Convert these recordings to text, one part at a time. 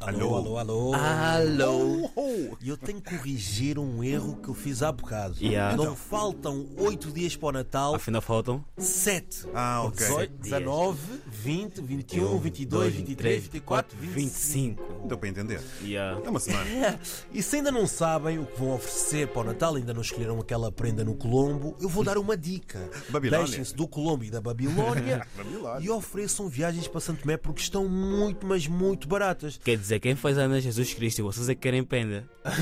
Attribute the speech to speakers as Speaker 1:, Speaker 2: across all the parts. Speaker 1: Alô, alô, alô.
Speaker 2: Alô.
Speaker 1: E Ah, eu tenho que corrigir um erro que eu fiz há bocado.
Speaker 2: Yeah.
Speaker 1: Não
Speaker 2: Então.
Speaker 1: faltam 8 dias para o Natal,
Speaker 2: Afinal faltam.
Speaker 1: 7.
Speaker 3: Ah, ok.
Speaker 1: 18,
Speaker 2: Sete dias.
Speaker 1: 19, 20, 21, 22, 23, 24, 25.
Speaker 2: 25.
Speaker 3: Deu para entender.
Speaker 2: Yeah.
Speaker 3: É uma semana.
Speaker 1: E se ainda não sabem o que vão oferecer para o Natal, ainda não escolheram aquela prenda no Colombo, eu vou dar uma dica.
Speaker 3: Babilónia.
Speaker 1: Deixem-se do Colombo e da Babilónia
Speaker 3: Babilónia.
Speaker 1: e ofereçam viagens para Santo Tomé porque estão muito, mas muito baratas.
Speaker 2: Quer dizer, quem faz anos é Jesus Cristo, vocês é que querem penda.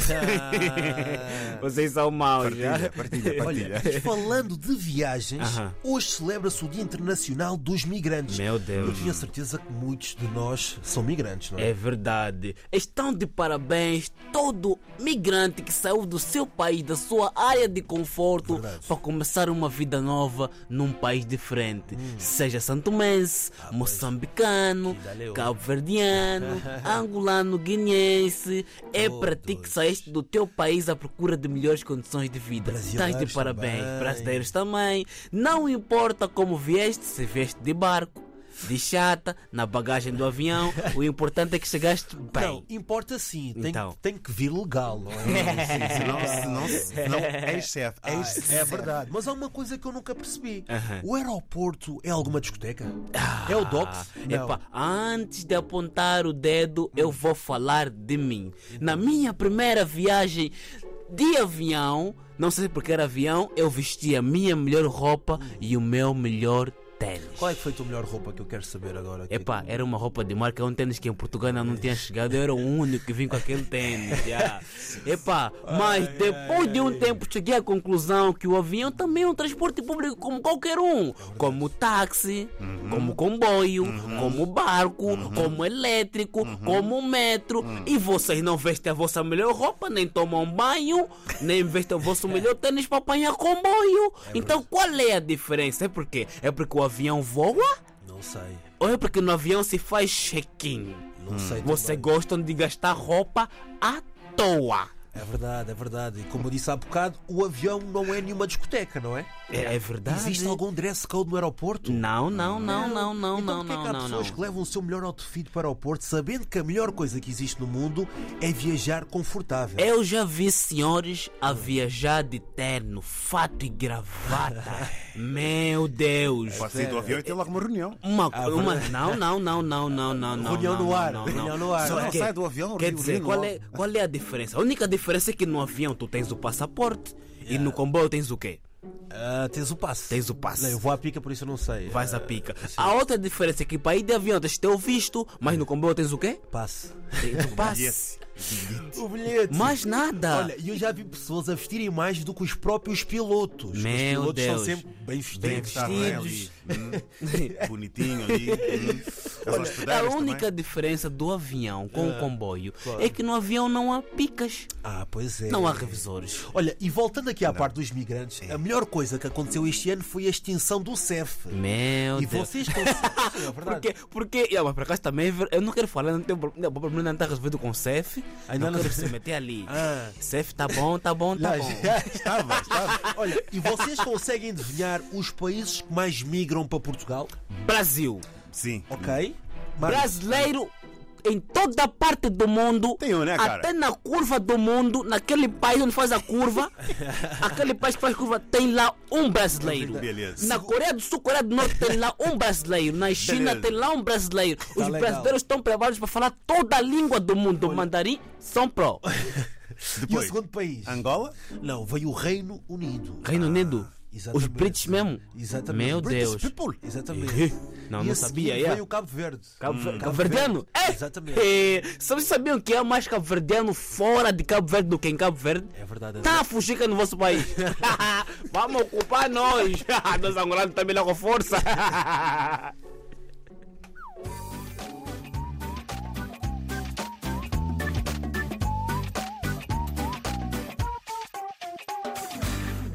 Speaker 2: Vocês são maus.
Speaker 3: Partilha,
Speaker 2: já.
Speaker 3: partilha,
Speaker 1: Olha,
Speaker 3: partilha.
Speaker 1: e falando de viagens,
Speaker 2: É Aham.
Speaker 1: hoje celebra-se o Dia Internacional dos Migrantes.
Speaker 2: Meu Deus.
Speaker 1: Eu tinha certeza que muitos de nós são migrantes, não é?
Speaker 2: É verdade. Estão de parabéns todo migrante que saiu do seu país, da sua área de conforto,
Speaker 1: Verdade.
Speaker 2: para começar uma vida nova num país diferente. Seja santomense, moçambicano,
Speaker 1: Hum. Que dá-lhe outro.
Speaker 2: cabo-verdiano, angolano, guineense. É para ti que
Speaker 1: Todos.
Speaker 2: saíste do teu país à procura de melhores condições de vida. Estás de
Speaker 1: Brasileiros
Speaker 2: parabéns.
Speaker 1: também.
Speaker 2: Brasileiros também. Não importa como vieste, se vieste de barco, de chata, na bagagem do avião, o importante é que chegaste bem.
Speaker 1: Não, importa sim, tem,
Speaker 2: Então.
Speaker 1: que- tem que vir legal, não é?
Speaker 3: Senão, senão, senão, ex-chefe,
Speaker 1: Ah,
Speaker 3: ex-chefe.
Speaker 1: é verdade. Mas há uma coisa que eu nunca percebi. O aeroporto é alguma discoteca?
Speaker 2: Ah,
Speaker 1: é o DOPS? Não.
Speaker 2: Epá, antes de apontar o dedo, eu vou falar de mim. Na minha primeira viagem de avião, não sei porque era avião, eu vesti a minha melhor roupa e o meu melhor tênis.
Speaker 1: Qual é que foi a tua melhor roupa que eu quero saber agora? aqui?
Speaker 2: Epá, era uma roupa de marca, um tênis que em Portugal ainda não tinha chegado, eu era o único que vim com aquele tênis. já. Epá, mas depois de um tempo cheguei à conclusão que o avião também é um transporte público como qualquer um, como táxi, como comboio, como barco, como elétrico, como metro. E vocês não vestem a vossa melhor roupa, nem tomam banho, nem vestem o vosso melhor tênis para apanhar comboio. então qual é a diferença? É porque é porque o avião voa?
Speaker 1: Não sei.
Speaker 2: Ou é porque no avião se faz check-in.
Speaker 1: Não sei.
Speaker 2: Vocês
Speaker 1: também.
Speaker 2: gostam de gastar roupa à toa.
Speaker 1: É verdade, é verdade. E como eu disse há bocado, o avião não é nenhuma discoteca, não é?
Speaker 2: É, é verdade.
Speaker 1: Existe algum dress code no aeroporto?
Speaker 2: Não, não, não, não, não,
Speaker 1: então
Speaker 2: não,
Speaker 1: porque é que
Speaker 2: não,
Speaker 1: há
Speaker 2: não, não.
Speaker 1: pessoas que levam o seu melhor outfit para o aeroporto sabendo que a melhor coisa que existe no mundo é viajar confortável?
Speaker 2: Eu já vi senhores a viajar de terno, fato e gravata. Meu Deus.
Speaker 3: Pode sair do avião e ter logo uma reunião.
Speaker 2: Uma, uma, não, não, não, não, não, não, não.
Speaker 1: Reunião
Speaker 2: não,
Speaker 1: no
Speaker 2: não,
Speaker 1: ar,
Speaker 2: não,
Speaker 1: reunião
Speaker 2: não.
Speaker 1: no ar.
Speaker 2: Só
Speaker 1: Não,
Speaker 3: não,
Speaker 2: que-
Speaker 3: sai do avião,
Speaker 2: Quer
Speaker 3: reunião
Speaker 2: dizer,
Speaker 3: no
Speaker 2: qual
Speaker 3: ar.
Speaker 2: é, qual é a diferença? A única diferença é que no avião tu tens o passaporte e no comboio tens o quê?
Speaker 1: Ah, tens o passe.
Speaker 2: Tens o passe.
Speaker 1: Não, eu vou à pica, por isso eu não sei.
Speaker 2: Vais à pica. A outra diferença é que para ir de avião tens de ter o visto, mas no comboio tens o quê?
Speaker 1: Passe.
Speaker 2: Tens o passe.
Speaker 3: Yes.
Speaker 1: O bilhete.
Speaker 2: Mais nada. É
Speaker 1: Olha, e eu já vi pessoas a vestirem mais do que os próprios pilotos. os
Speaker 2: Meu
Speaker 1: pilotos
Speaker 2: Deus.
Speaker 1: são sempre bem vestidos.
Speaker 2: Bem
Speaker 3: Está bem tá, é? ali. Hum, Bonitinho ali. hum. As
Speaker 2: A
Speaker 3: hospedeiras
Speaker 2: única
Speaker 3: também.
Speaker 2: diferença do avião com o comboio é que no avião não há picas,
Speaker 1: Ah, pois é.
Speaker 2: não há revisores.
Speaker 1: Olha, e voltando aqui à parte dos migrantes, a melhor coisa que aconteceu este ano foi a extinção do CEF.
Speaker 2: Meu
Speaker 1: e
Speaker 2: Deus.
Speaker 1: vocês estão. Sim, é verdade.
Speaker 2: Porque, porque, ah, mas por acaso também, é ver- eu não quero falar, não tenho problema, o problema não está resolvido com o CEF,
Speaker 1: Ainda
Speaker 2: não,
Speaker 1: não-
Speaker 2: quero se meter ali.
Speaker 1: Ah.
Speaker 2: CEF tá bom, tá bom, tá
Speaker 1: Lá
Speaker 2: bom.
Speaker 1: já-
Speaker 3: Estava, estava.
Speaker 1: Olha, e vocês conseguem adivinhar os países que mais migram para Portugal?
Speaker 2: Brasil,
Speaker 3: Sim.
Speaker 1: Ok? Mário,
Speaker 2: brasileiro em toda a parte do mundo,
Speaker 3: Tem um, né, cara?
Speaker 2: até na curva do mundo, naquele país onde faz a curva, aquele país que faz curva, tem lá um brasileiro.
Speaker 3: Beleza.
Speaker 2: Na Coreia do Sul, Coreia do Norte tem lá um brasileiro. Na China
Speaker 3: Beleza.
Speaker 2: tem lá um brasileiro. Os
Speaker 1: Tá legal.
Speaker 2: brasileiros estão preparados para falar toda a língua do mundo. Mandarim são pró.
Speaker 3: Hum.
Speaker 1: E o
Speaker 3: Depois,
Speaker 1: segundo país?
Speaker 3: Angola.
Speaker 1: Não, veio o Reino Unido. Ah,
Speaker 2: Reino Unido. Os
Speaker 1: Exatamente.
Speaker 2: Brits mesmo.
Speaker 1: Exatamente.
Speaker 2: Meu
Speaker 1: British
Speaker 2: Deus.
Speaker 1: People. Exatamente.
Speaker 2: Eh, Não,
Speaker 1: E
Speaker 2: não
Speaker 1: a seguir
Speaker 2: sabia.
Speaker 1: Veio
Speaker 2: Yeah.
Speaker 1: o Cabo Verde.
Speaker 2: Cabo, Ver- Cabo Verdeano?
Speaker 1: Verde.
Speaker 2: É!
Speaker 1: Exatamente.
Speaker 2: É, só vocês sabiam que há mais Cabo Verdeano fora de Cabo Verde do que em Cabo Verde?
Speaker 1: É verdade. é
Speaker 2: Tá a fugir no vosso país. Vamos ocupar nós. Nós angolanos também lá com força.